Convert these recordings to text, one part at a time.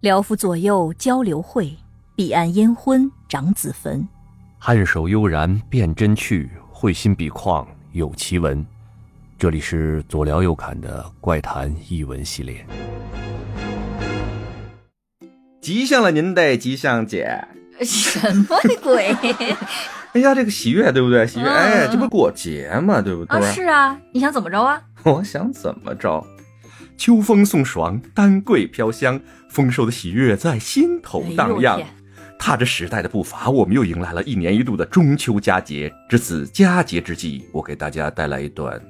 辽府左右交流会，彼岸烟昏长子坟。颔首悠然辨真趣，会心笔况有奇文。这里是左聊右侃的怪谈译文系列。吉祥了您得吉祥姐。 什么 鬼哎呀，这个喜悦对不对？喜悦，嗯哎，这不是过节嘛，对不对？啊？是啊，你想怎么着啊？我想怎么着？秋风送爽，丹桂飘香，丰收的喜悦在心头荡漾哎呦我。天踏着时代的步伐，我们又迎来了一年一度的中秋佳节。值此佳节之际，我给大家带来一段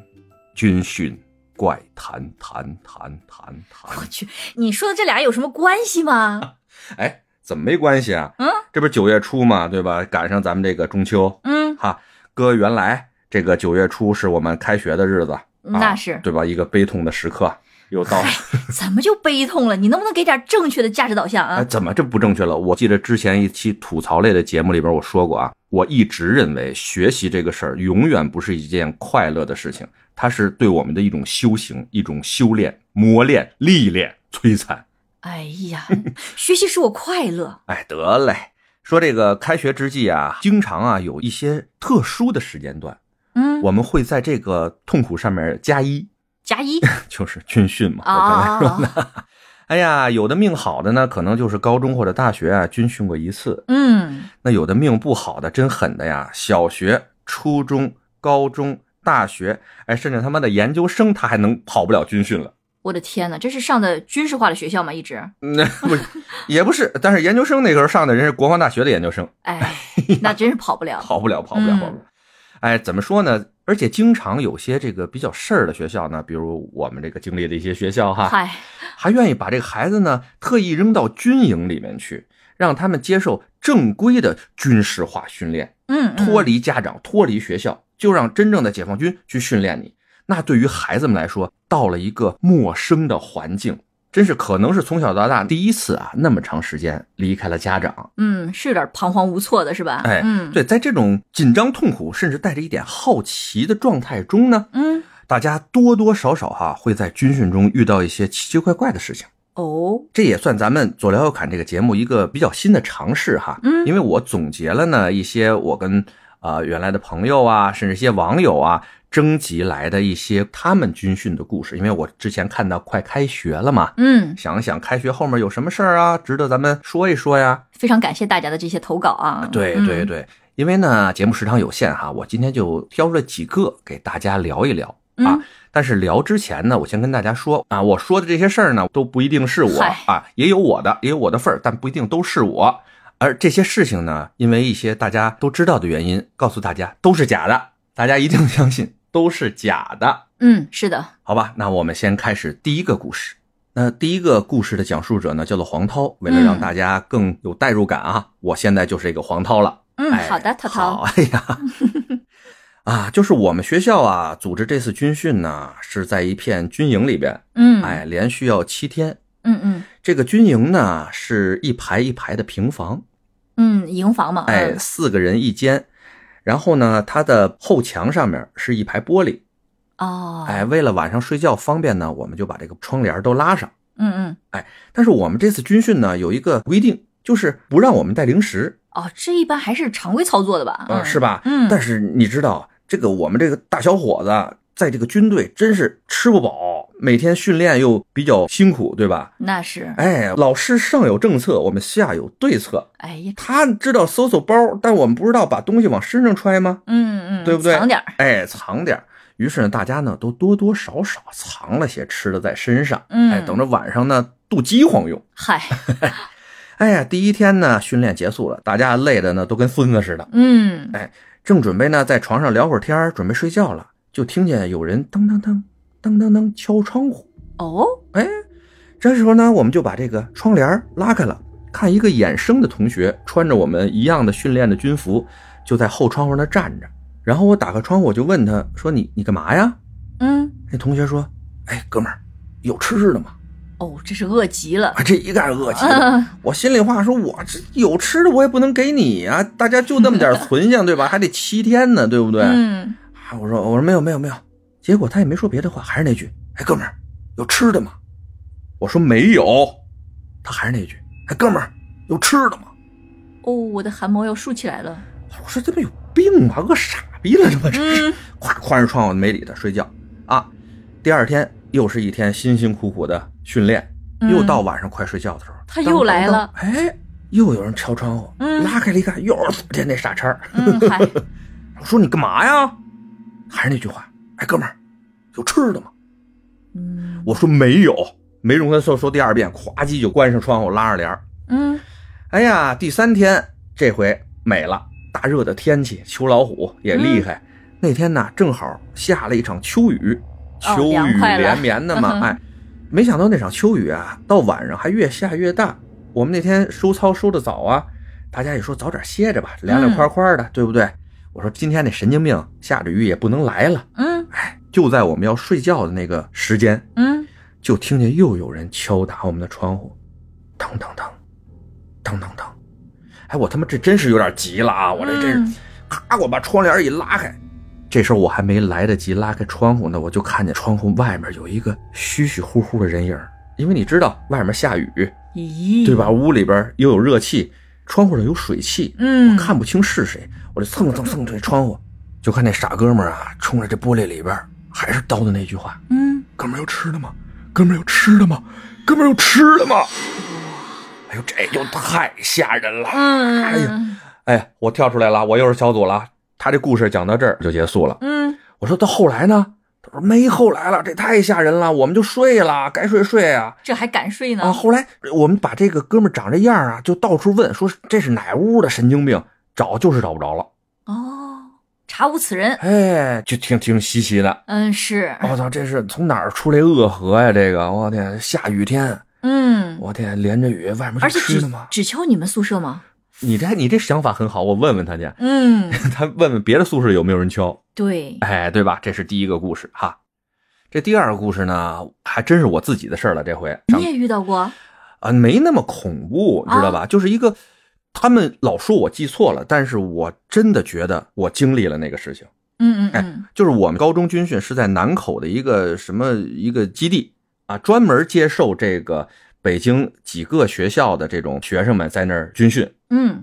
军训怪谈谈谈谈 我谈。去，你说的这俩有什么关系吗？哎，怎么没关系啊？嗯，这不是九月初嘛，对吧？赶上咱们这个中秋，嗯，哈，哥，原来这个九月初是我们开学的日子，啊那是、对吧？一个悲痛的时刻又到了。怎么就悲痛了？你能不能给点正确的价值导向哎， 啊？怎么这不正确了？我记得之前一期吐槽类的节目里边我说过啊，我一直认为学习这个事儿永远不是一件快乐的事情，它是对我们的一种修行、一种修炼、磨练、历练、摧残。哎呀，学习使我快乐。哎，得嘞，说这个开学之际啊，经常啊有一些特殊的时间段，嗯，我们会在这个痛苦上面加一， 加一就是军训嘛。啊我刚才啊！啊哎呀，有的命好的呢，可能就是高中或者大学啊军训过一次，嗯，那有的命不好的，真狠的呀！小学、初中、高中、大学，哎，甚至他妈的研究生，他还能跑不了军训了。我的天哪，这是上的军事化的学校吗？一直，那、 不也不是，但是研究生那时候上的人是国防大学的研究生，哎，那真是跑不了。跑不了，跑不了，嗯跑不了。哎，怎么说呢？而且经常有些这个比较事儿的学校呢，比如我们这个经历的一些学校哈，嗨，还愿意把这个孩子呢特意扔到军营里面去，让他们接受正规的军事化训练。嗯，嗯脱离家长，脱离学校，就让真正的解放军去训练你。那对于孩子们来说，到了一个陌生的环境，真是可能是从小到大第一次啊，那么长时间离开了家长。嗯，是有点彷徨无措的，是吧？哎嗯，，对，在这种紧张、痛苦，甚至带着一点好奇的状态中呢，嗯，大家多多少少哈、会在军训中遇到一些奇奇怪怪的事情。哦，这也算咱们左聊右侃这个节目一个比较新的尝试哈。嗯因为我总结了呢一些我跟呃原来的朋友啊，甚至一些网友啊征集来的一些他们军训的故事，因为我之前看到快开学了嘛。嗯，想想开学后面有什么事儿啊，值得咱们说一说呀？非常感谢大家的这些投稿啊。对嗯对，对，因为呢节目时长有限哈，我今天就挑出了几个给大家聊一聊啊。嗯但是聊之前呢，我先跟大家说啊，我说的这些事儿呢，都不一定是我嗨啊，也有我的，也有我的份儿，但不一定都是我。而这些事情呢，因为一些大家都知道的原因，告诉大家都是假的，大家一定 相信都是假的，嗯，是的，好吧？那我们先开始第一个故事。那第一个故事的讲述者呢，叫做黄涛。为了让嗯大家更有代入感啊，我现在就是一个黄涛了。嗯，哎好的，涛好涛，哎呀，啊，就是我们学校啊，组织这次军训呢，是在一片军营里边，嗯，哎，连续要七天。嗯嗯这个军营呢，是一排一排的平房，嗯，营房嘛，哎，嗯四个人一间。然后呢，它的后墙上面是一排玻璃，哦，哎，，为了晚上睡觉方便呢，我们就把这个窗帘都拉上。嗯嗯，但是我们这次军训呢，有一个规定，就是不让我们带零食。哦，这一般还是常规操作的吧？啊，是吧？嗯但是你知道，这个我们这个大小伙子在这个军队真是吃不饱，每天训练又比较辛苦，对吧？那是，哎，老师上有政策，我们下有对策。哎呀，他知道搜搜包，但我们不知道把东西往身上揣吗？嗯嗯，对不对藏点儿，哎，藏点儿。于是呢，大家呢都多多少少藏了些吃的在身上，嗯哎，等着晚上呢肚饥荒用。嗨，哎呀，第一天呢训练结束了，大家累的呢都跟孙子似的。嗯，正准备呢，在床上聊会儿天儿，准备睡觉了，就听见有人当当当当当当敲窗户。哦，这时候呢，我们就把这个窗帘儿拉开了，看一个衍生的同学穿着我们一样的训练的军服，就在后窗户那站着。然后我打开窗户，我就问他说你：“你干嘛呀嗯，？”那同学说：“哎，哥们儿，有吃的吗哦，这是饿极？”了，啊，这一下饿极了。嗯我心里话说，我这有吃的我也不能给你啊，大家就那么点儿存性，对吧？还得七天呢，对不对？嗯，啊，我说我说没有没有没有，结果他也没说别的话，还是那句，哎哥们儿，有吃的吗？我说没有，他还是那句：“哎，哥们儿，有吃的吗哦，我的汗毛要竖起来了。？”我说：“这不有病吗？饿傻逼了，这不是。 嗯，咵关上窗户没理他，睡觉啊。第二天又是一天辛辛苦苦的训练，嗯又到晚上快睡觉的时候，他当又来了，当当哎，又有人敲窗户，嗯拉开了一看，又是昨天那傻叉儿。嗯，嗨，我说你干嘛呀？还是那句话，哎，哥们儿，有吃的吗？嗯，我说没有，没容他说说第二遍，咵叽就关上窗户，拉上帘儿。嗯，哎呀，第三天这回美了，大热的天气，秋老虎也嗯厉害。那天呢，正好下了一场秋雨，哦秋雨凉快了连绵的嘛，嗯哼哎，没想到那场秋雨啊，到晚上还越下越大。我们那天收操收的早啊，大家也说早点歇着吧，凉嗯凉快快的，对不对？我说今天那神经病下着雨也不能来了。嗯，哎，就在我们要睡觉的那个时间，嗯，就听见又有人敲打我们的窗户，当当当，当当当。哎，我他妈这真是有点急了啊！我这真嗯是，咔，我把窗帘一拉开，这时候我还没来得及拉开窗户呢，我就看见窗户外面有一个虚虚乎乎的人影儿。因为你知道外面下雨，咦，对吧？？屋里边又有热气，窗户上有水汽，嗯，我看不清是谁，我就蹭蹭蹭这窗户，就看那傻哥们儿啊，冲着这玻璃里边儿还是叨的那句话：“嗯，哥们儿有吃的吗？哥们儿有吃的吗？哥们儿有吃的吗？哎呦，这就太吓人了！嗯，哎呀，哎呀，我跳出来了，我又是小组了。啊他这故事讲到这儿就结束了。嗯，我说到后来呢？他说没后来了，这太吓人了，我们就睡了，该睡睡啊。这还敢睡呢？啊，后来我们把这个哥们儿长这样啊，就到处问，说这是哪屋的神经病，找就是找不着了。哦，查无此人。哎，就挺挺稀奇的。嗯，是，我操，这是从哪儿出来恶河呀、这个我天，下雨天，嗯，我天，连着雨，外面而有且吃只的吗？只敲你们宿舍 吗？你这你这想法很好，我问问他去，嗯，他问问别的宿舍有没有人敲，对，哎，对吧？这是第一个故事哈。这第二个故事呢，还真是我自己的事儿了。这回你也遇到过？啊，没那么恐怖，知道吧？就是一个，他们老说我记错了，但是我真的觉得我经历了那个事情。嗯嗯哎嗯，就是我们高中军训是在南口的一个什么一个基地啊，专门接受这个北京几个学校的这种学生们在那儿军训。嗯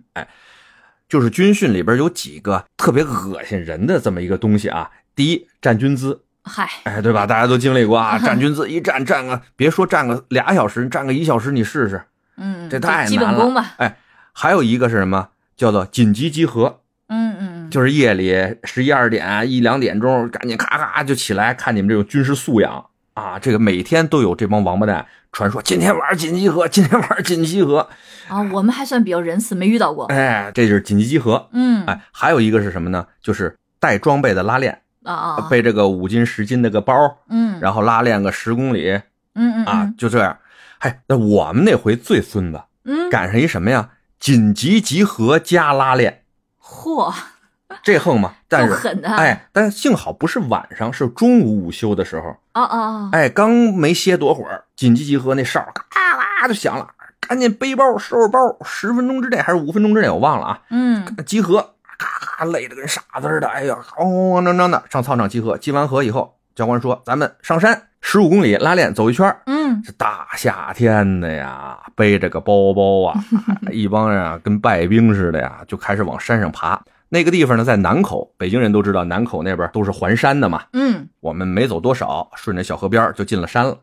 就是军训里边有几个特别恶心人的这么一个东西啊。第一，站军姿，嗨，哎，对吧？大家都经历过啊， 啊站军姿一站站个，别说站个俩小时，站个一小时你试试，嗯，这太基难本了。功吧。哎，还有一个是什么？叫做紧急集合，嗯嗯，就是夜里十一二点、一两点钟，赶紧咔咔就起来，看你们这种军事素养啊！这个每天都有这帮王八蛋传说，今天晚上紧急集合，今天晚上紧急集合，啊，我们还算比较仁慈，没遇到过。哎，这就是紧急集合。嗯啊哎，还有一个是什么呢？就是带装备的拉练，啊，背这个五斤十斤那个包，嗯，然后拉练个十公里嗯嗯啊嗯，就这样。哎，那我们那回最孙子，嗯，赶上一什么呀？紧急集合加拉练，嚯，这 横吗？但够是狠啊的。哎，但是幸好不是晚上，是中午午休的时候。啊啊，啊哎，刚没歇多会儿，紧急集合那哨儿嘎啦就响了，赶紧背包收拾包，十分钟之内还是五分钟之内，我忘了啊。嗯集合，咔咔累得跟傻子似的，哎呀，咣咣咣当当的上操场集合。集完合以后，教官说咱们上山十五公里拉练走一圈儿。嗯，这大夏天的呀，背着个包包啊，一帮人啊跟败兵似的呀，就开始往山上爬。那个地方呢，在南口，北京人都知道，南口那边都是环山的嘛。嗯我们没走多少，顺着小河边儿就进了山了。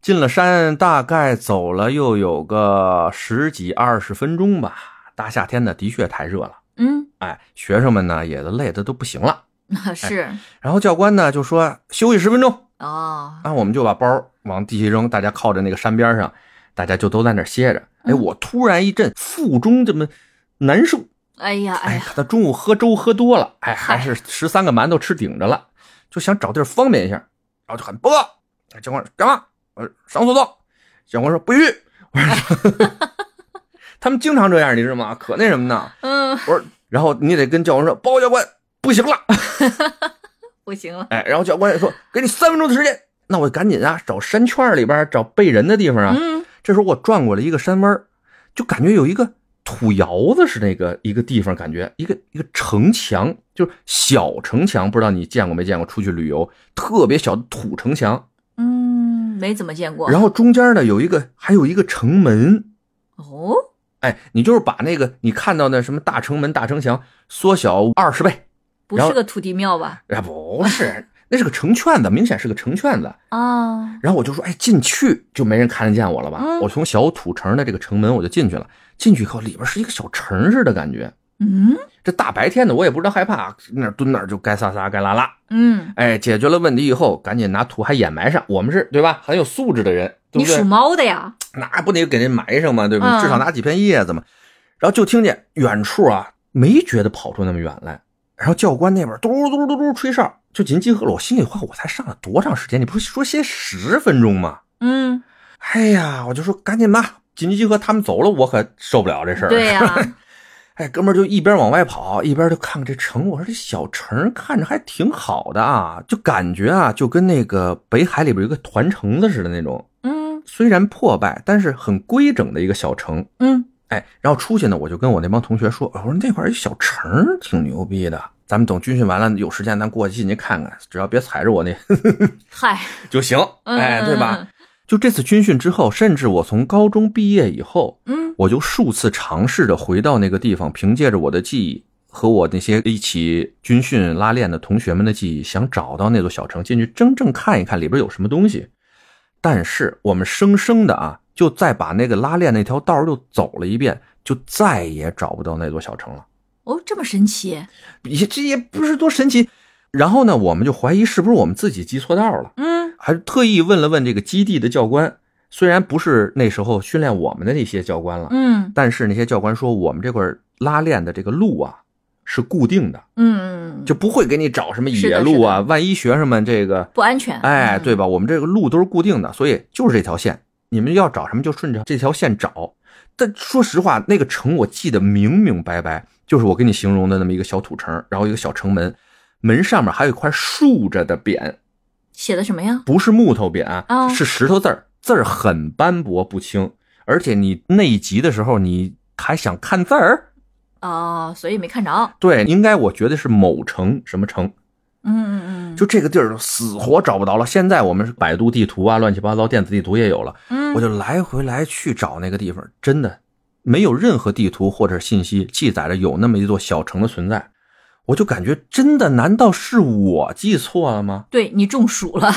进了山，大概走了又有个十几二十分钟吧。大夏天的，的确太热了。嗯，哎，学生们呢也都累得都不行了。 是然后教官呢就说休息十分钟，哦，那我们就把包往地下扔，大家靠着那个山边上，大家就都在那儿歇着。哎，嗯我突然一阵腹中这么难受，哎呀哎哎呀，，他中午喝粥喝多了，哎，嗨还是十三个馒头吃顶着了，就想找地儿方便一下，然后就喊报告。哎教官说干嘛？我说上厕所。教官说不许。我说 他们经常这样，你知道吗？可那什么呢？嗯，我说，然后你得跟教官说，报告教官，不行了。不行了，哎，然后教官也说，给你三分钟的时间。那我赶紧啊，找山圈里边找背人的地方啊。嗯这时候我转过了一个山弯儿，就感觉有一个土窑子是那个一个地方，感觉一个一个城墙，就是小城墙，不知道你见过没见过？出去旅游特别小的土城墙，嗯，没怎么见过。然后中间呢有一个还有一个城门，哦，哎，你就是把那个你看到的什么大城门、大城墙缩小二十倍，不然是后个土地庙吧？啊，不是，那是个城圈子，明显是个城圈子。啊，然后我就说，哎，进去就没人看得见我了吧？嗯我从小土城的这个城门我就进去了，进去以后里边是一个小城似的感觉。嗯这大白天的我也不知道害怕，那儿蹲那儿就该撒撒该拉拉。嗯，哎，解决了问题以后，赶紧拿土还掩埋上。我们是对吧？很有素质的人，对你不对？属猫的呀？那不得给人埋上吗？对吧？嗯至少拿几片叶子嘛。然后就听见远处啊，没觉得跑出那么远来。然后教官那边嘟嘟嘟嘟吹哨，就紧集合了。我心里话，我才上了多长时间？你不是说歇十分钟吗？嗯，哎呀，我就说赶紧吧，紧急集合，他们走了，我可受不了这事儿。 对呀、哎，哥们儿就一边往外跑，一边就看看这城。我说这小城儿看着还挺好的啊，就感觉啊，就跟那个北海里边有一个团城子似的那种，嗯虽然破败，但是很规整的一个小城。嗯哎，然后出去呢，我就跟我那帮同学说，我说那块儿有一小城儿挺牛逼的，咱们等军训完了有时间咱过去进去看看，只要别踩着我那 嗨，就行，嗯哎，对吧？？就这次军训之后，甚至我从高中毕业以后，嗯我就数次尝试着回到那个地方，凭借着我的记忆和我那些一起军训拉练的同学们的记忆，想找到那座小城，进去真正看一看里边有什么东西。但是我们生生的啊，就再把那个拉练那条道儿又走了一遍，就再也找不到那座小城了。哦，这么神奇？也这也不是多神奇。然后呢，我们就怀疑是不是我们自己记错道了。嗯还特意问了问这个基地的教官，虽然不是那时候训练我们的那些教官了，嗯但是那些教官说我们这块拉练的这个路啊是固定的，嗯，就不会给你找什么是野的嗯路啊。万一学生们这个不安全。哎，对吧？吧？我们这个路都是固定的，所以就是这条线，你们要找什么就顺着这条线找。但说实话，那个城我记得明明白白，就是我给你形容的那么一个小土城，然后一个小城门，门上面还有一块竖着的匾，写的什么呀？不是木头匾啊，啊是石头字儿，字儿很斑驳不清，而且你内急的时候，你还想看字儿？哦，所以没看着。对，应该我觉得是某城什么城，嗯嗯嗯，就这个地儿死活找不着了。现在我们是百度地图啊，乱七八糟电子地图也有了，嗯我就来回来去找那个地方，真的没有任何地图或者信息记载着有那么一座小城的存在。我就感觉真的，难道是我记错了吗？对你中暑了。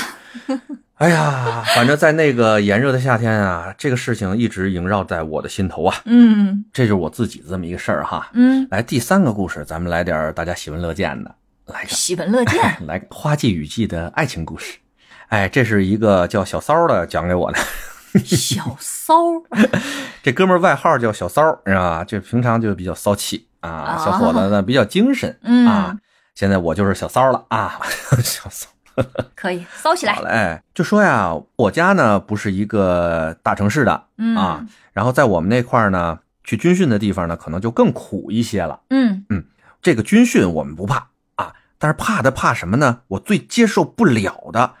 哎呀，反正在那个炎热的夏天啊，这个事情一直萦绕在我的心头啊。嗯这就是我自己这么一个事儿哈。嗯，来，第三个故事，咱们来点儿大家喜闻乐见的，来个喜闻乐 见。 来个花季雨季的爱情故事。哎，这是一个叫小骚儿的讲给我的， 小骚儿这哥们儿外号叫小骚儿，是吧？就平常就比较骚气啊，啊小伙子呢比较精神啊嗯，。现在我就是小骚儿了啊， 小骚儿。可以骚起好来。了，哎，就说呀，我家呢不是一个大城市的，嗯啊然后在我们那块儿呢，去军训的地方呢，可能就更苦一些了。嗯这个军训我们不怕啊，但是怕的怕什么呢？我最接受不了的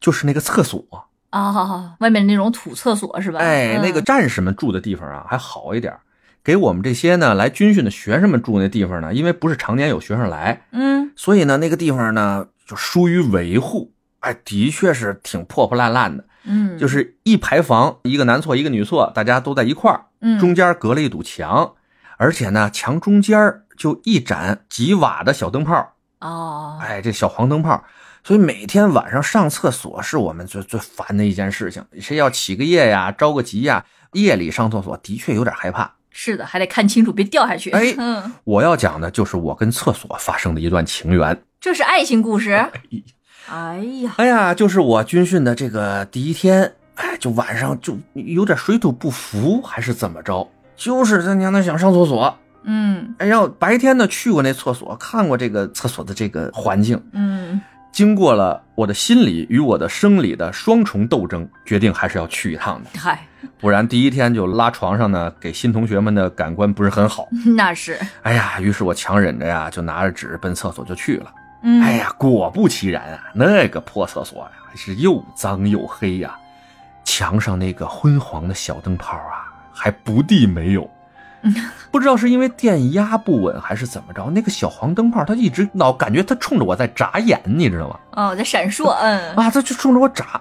就是那个厕所。啊，外面那种土厕所是吧？哎，嗯那个战士们住的地方啊，还好一点儿。给我们这些呢来军训的学生们住那地方呢，因为不是常年有学生来，嗯所以呢那个地方呢就疏于维护。哎，的确是挺破破烂烂的，嗯，就是一排房，一个男厕一个女厕，大家都在一块儿，嗯中间隔了一堵墙，而且呢，墙中间儿就一盏几瓦的小灯泡，哦，哎，这小黄灯泡。所以每天晚上上厕所是我们最最烦的一件事情。谁要起个夜呀，着个急呀，夜里上厕所的确有点害怕。是的，还得看清楚，别掉下去。哎嗯，我要讲的就是我跟厕所发生的一段情缘。这是爱情故事。哎呀，哎呀，就是我军训的这个第一天，哎，就晚上就有点水土不服，还是怎么着？就是他娘的想上厕所，嗯哎，然后白天呢去过那厕所，看过这个厕所的这个环境，嗯，经过了我的心理与我的生理的双重斗争，决定还是要去一趟的，嗨，不然第一天就拉床上呢，给新同学们的感官不是很好。那是，哎呀，于是我强忍着呀，就拿着纸奔厕所就去了。嗯，哎，呀，果不其然啊，那个破厕所呀、是又脏又黑呀、墙上那个昏黄的小灯泡啊，还不地没有嗯。不知道是因为电压不稳还是怎么着，那个小黄灯泡它一直老感觉它冲着我在眨眼，你知道吗？哦，在闪烁，嗯，啊，它就冲着我眨。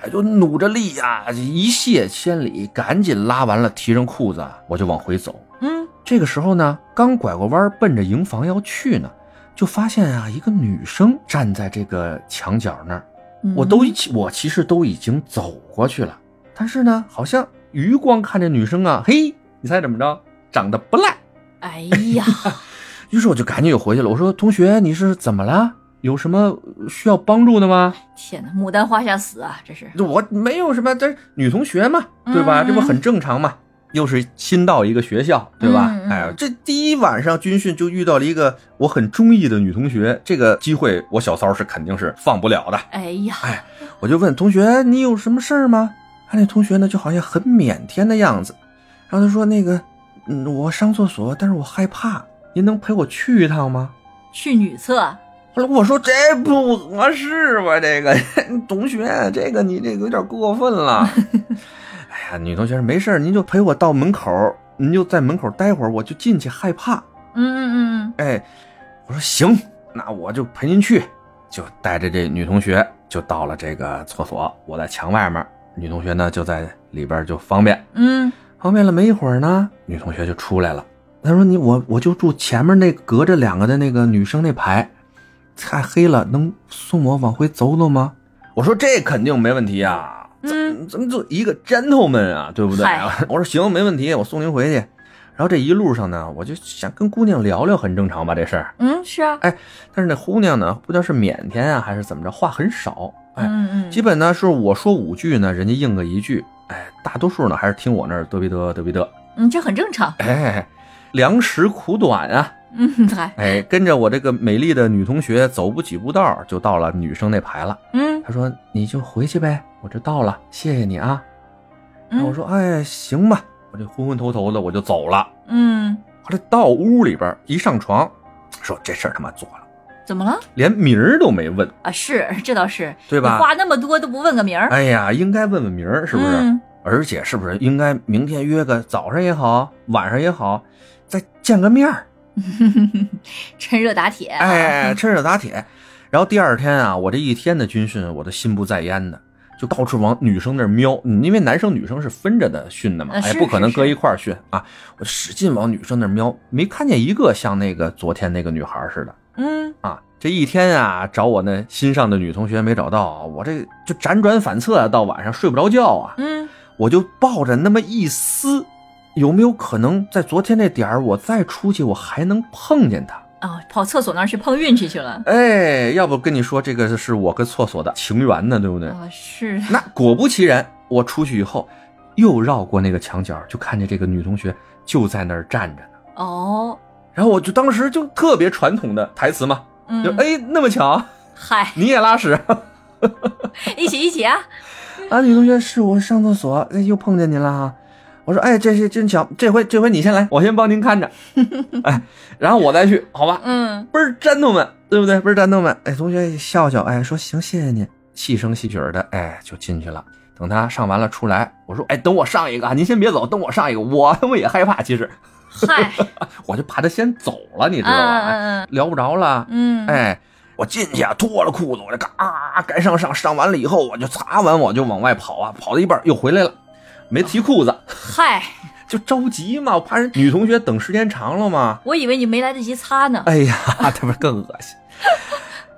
哎就努着力呀、一泻千里，赶紧拉完了，提上裤子，我就往回走。嗯，这个时候呢，刚拐过弯儿奔着营房要去呢，就发现啊，一个女生站在这个墙角那儿。嗯我都已我其实都已经走过去了，但是呢，好像余光看这女生啊，嘿，你猜怎么着？长得不赖。哎呀，于是我就赶紧又回去了。我说：“同学，你是怎么了？有什么需要帮助的吗天哪，牡丹花下死啊，这是？”。我没有什么，这女同学嘛，对吧？嗯这不很正常嘛。又是新到一个学校，对吧？嗯嗯哎呀，这第一晚上军训就遇到了一个我很中意的女同学，这个机会我小骚是肯定是放不了的。哎呀，哎我就问同学：“你有什么事儿吗？”他那同学呢，就好像很腼腆的样子，然后他说：“那个，嗯，我上厕所，但是我害怕，您能陪我去一趟吗？”去女厕，后来我说这不合适吧？这个 同学，这个你这个有点过分了。 哎呀，女同学说没事儿，您就陪我到门口，您就在门口待会儿，我就进去害怕。嗯嗯嗯，哎，我说行，那我就陪您去，就带着这女同学就到了这个厕所，我在墙外面，女同学呢就在里边就方便。嗯，方便了没一会儿呢，女同学就出来了。她说：“你我我就住前面那隔着两个的那个女生那排，太黑了，能送我往回走走吗？”我说：“这肯定没问题啊，嗯咱们就一个 gentleman 啊，对不对嗨？”我说：“行，没问题，我送您回去。”然后这一路上呢，我就想跟姑娘聊聊，很正常吧这事儿。嗯，是啊，但是那姑娘呢，不知道是腼腆啊还是怎么着，话很少，哎，嗯嗯，基本呢是我说五句呢，人家应个一句，哎，大多数呢还是听我那儿嘚逼嘚嘚逼嘚。嗯，这很正常， 哎，粮食苦短啊！嗯，嗨，哎，跟着我这个美丽的女同学走不几步道儿就到了女生那排了。嗯她说：“你就回去呗，我这到了，谢谢你啊。”然后我嗯说：“哎，行吧。”我就昏昏头头的我就走了。嗯，后来到屋里边儿一上床，说这事儿他妈做了，怎么了？连名儿都没问，啊，是，这倒是，对你吧？话那么多都不问个名儿，哎呀，应该问问名儿是不是？嗯而且是不是应该明天约个早上也好，晚上也好，再见个面儿？嗯 趁热打铁， 啊 哎，，趁热打铁。然后第二天啊，我这一天的军训，我都心不在焉的，就到处往女生那儿瞄，嗯因为男生女生是分着的训的嘛，呃哎，是不可能是搁是一块儿训啊。我使劲往女生那儿瞄，没看见一个像那个昨天那个女孩儿似的嗯啊。这一天啊，找我那心上的女同学没找到啊，我这就辗转反侧啊，到晚上睡不着觉啊。嗯我就抱着那么一丝，有没有可能在昨天那点儿，我再出去，我还能碰见她？啊，跑厕所那儿去碰运气去了，哎，要不跟你说这个是我跟厕所的情缘呢，对不对？哦啊，是，那果不其然，我出去以后，又绕过那个墙角，就看见这个女同学就在那儿站着呢。哦，然后我就当时就特别传统的台词嘛，嗯就，哎那么巧嗨，你也拉屎 一起一起啊，啊，女同学是我上厕所，哎又碰见您了哈。我说哎这是真巧，这回这回你先来，我先帮您看着， 哎，然后我再去，好吧？嗯倍儿战斗们，对不对？倍儿战斗们。哎，同学笑笑，哎，说行，谢谢您，细声细曲儿的，哎，就进去了。等他上完了出来，我说，哎，等我上一个啊，您先别走，等我上一个，我他妈也害怕，其实嗨，我就怕他先走了，你知道吧？哎嗯嗯聊不着了，嗯，哎。我进去啊，脱了裤子，我就嘎、该上上，上完了以后，我就擦完我就往外跑啊，跑到一半儿又回来了，没提裤子，嗨，就着急嘛，我怕人女同学等时间长了嘛，我以为你没来得及擦呢， 哎呀，他们更恶心。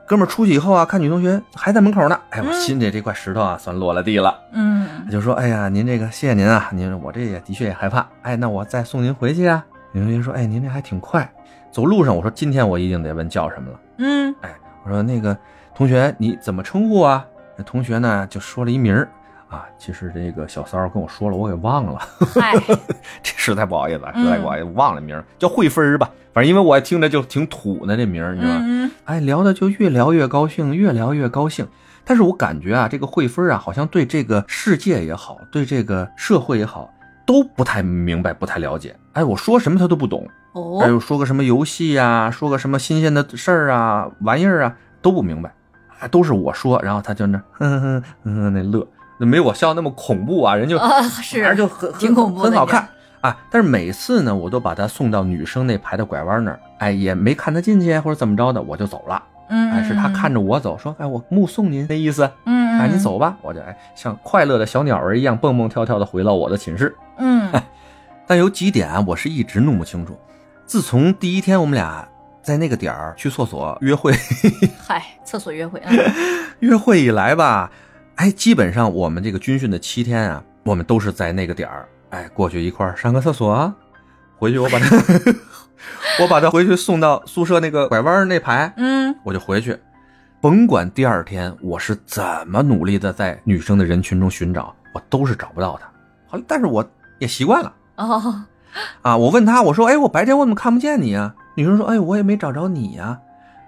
哥们儿出去以后啊，看女同学还在门口呢，哎，我心里这块石头啊，算落了地了。嗯，就说，哎呀，您这个谢谢您啊，您我这也的确也害怕，哎，那我再送您回去啊。女同学说，哎，您这还挺快。走路上我说，今天我一定得问叫什么了。嗯我说那个同学你怎么称呼啊？那同学呢就说了一名儿啊，其实这个小骚儿跟我说了，我给忘了。 嗨，这实在不好意思，啊，实在不好意思，忘了名儿，叫慧芬儿吧。反正因为我听着就挺土的这名儿，你知道吗？嗯嗯，哎，聊的就越聊越高兴，越聊越高兴。但是我感觉啊，这个慧芬啊，好像对这个世界也好，对这个社会也好，都不太明白，不太了解。哎，我说什么她都不懂，哎，哦，又说个什么游戏呀、说个什么新鲜的事儿啊、玩意儿啊，都不明白。哎，都是我说，然后她就那哼哼哼哼那乐，那没我笑那么恐怖啊，人就、啊是反正就很挺恐怖的很好看。啊，但是每次啊呢，我都把她送到女生那排的拐弯那儿，哎，也没看她进去或者怎么着的，我就走了。嗯，哎，是他看着，着我走，说，哎，我目送您那意思，嗯，哎，你，走吧，我就哎像快乐的小鸟儿一样蹦蹦跳跳的回到我的寝室。嗯， 但有几点啊我是一直弄不清楚。自从第一天我们俩在那个点儿去厕所约会， 嗨，厕所约会，嗯约会以来吧，哎，基本上我们这个军训的七天啊，我们都是在那个点儿，哎，过去一块儿上个厕所啊，回去我把他， 我把他回去送到宿舍那个拐弯儿那排，嗯，我就回去，甭管第二天我是怎么努力的在女生的人群中寻找，我都是找不到她。好了，但是我也习惯了哦，啊。我问她，我说：“哎，我白天我怎么看不见你啊？”女生说：“哎，我也没找着你呀、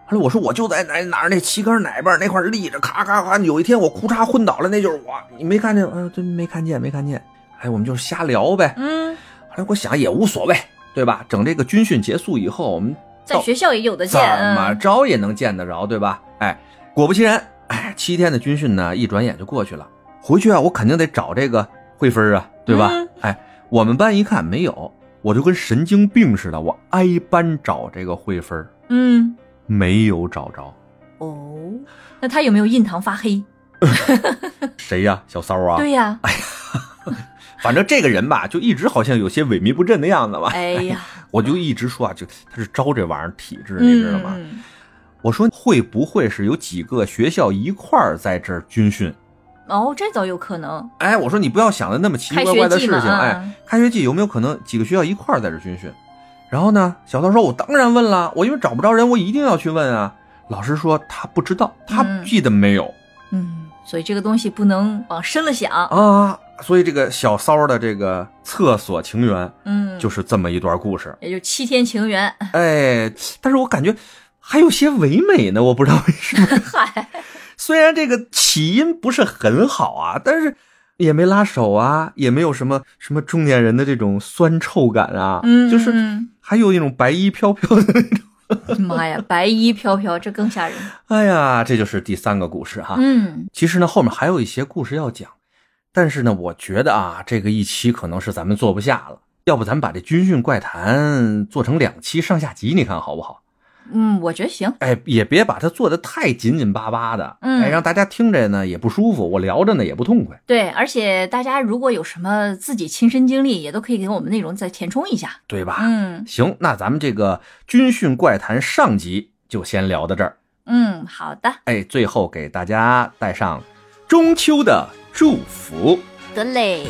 后来我说：“我就在哪哪儿那旗杆奶瓣那块儿立着，咔咔咔。有一天我裤衩昏倒了，那就是我。你没看见？嗯、真没看见，没看见。哎，我们就是瞎聊呗。嗯，后来我想也无所谓，对吧？整这个军训结束以后，我们在到学校也有的怎见，么嗯着也能见得着，对吧？哎，果不其然，哎，七天的军训呢，一转眼就过去了。回去啊，我肯定得找这个慧芬啊，对吧？嗯哎，我们班一看没有，我就跟神经病似的，我挨班找这个慧芬，嗯，没有找着。哦，那他有没有印堂发黑？谁呀、小骚啊？对哎呀，反正这个人吧，就一直好像有些萎靡不振的样子吧。哎 呀，我就一直说啊，就他是招这玩意儿体质，你知道嗯吗？嗯我说会不会是有几个学校一块儿在这儿军训？哦，这倒有可能，哎，我说你不要想的那么奇奇怪怪的事开学情，季嘛啊哎，开学季有没有可能几个学校一块儿在这军训？然后呢，小涛说：“我当然问了，我因为找不着人，我一定要去问啊。”老师说他不知道，他嗯记得没有、嗯，所以这个东西不能往深了想，啊。所以这个小骚的这个厕所情缘嗯，就是这么一段故事。也就七天情缘，哎，但是我感觉还有些唯美呢，我不知道为什么。 嗨，虽然这个起因不是很好啊，但是也没拉手啊，也没有什么什么中年人的这种酸臭感啊，嗯，就是嗯还有一种白衣飘飘的那种。 妈哎呀，白衣飘飘，这更吓人，哎呀，这就是第三个故事哈、嗯其实呢，后面还有一些故事要讲，但是呢，我觉得啊，这个一期可能是咱们做不下了，要不咱们把这军训怪谈做成两期上下集，你看好不好？嗯，我觉得行，哎，也别把它做的太紧紧巴巴的，嗯哎，让大家听着呢也不舒服，我聊着呢也不痛快。对，而且大家如果有什么自己亲身经历，也都可以给我们内容再填充一下。对吧？嗯行，那咱们这个军训怪谈上集就先聊到这儿。嗯，好的，哎，最后给大家带上中秋的祝福。得嘞。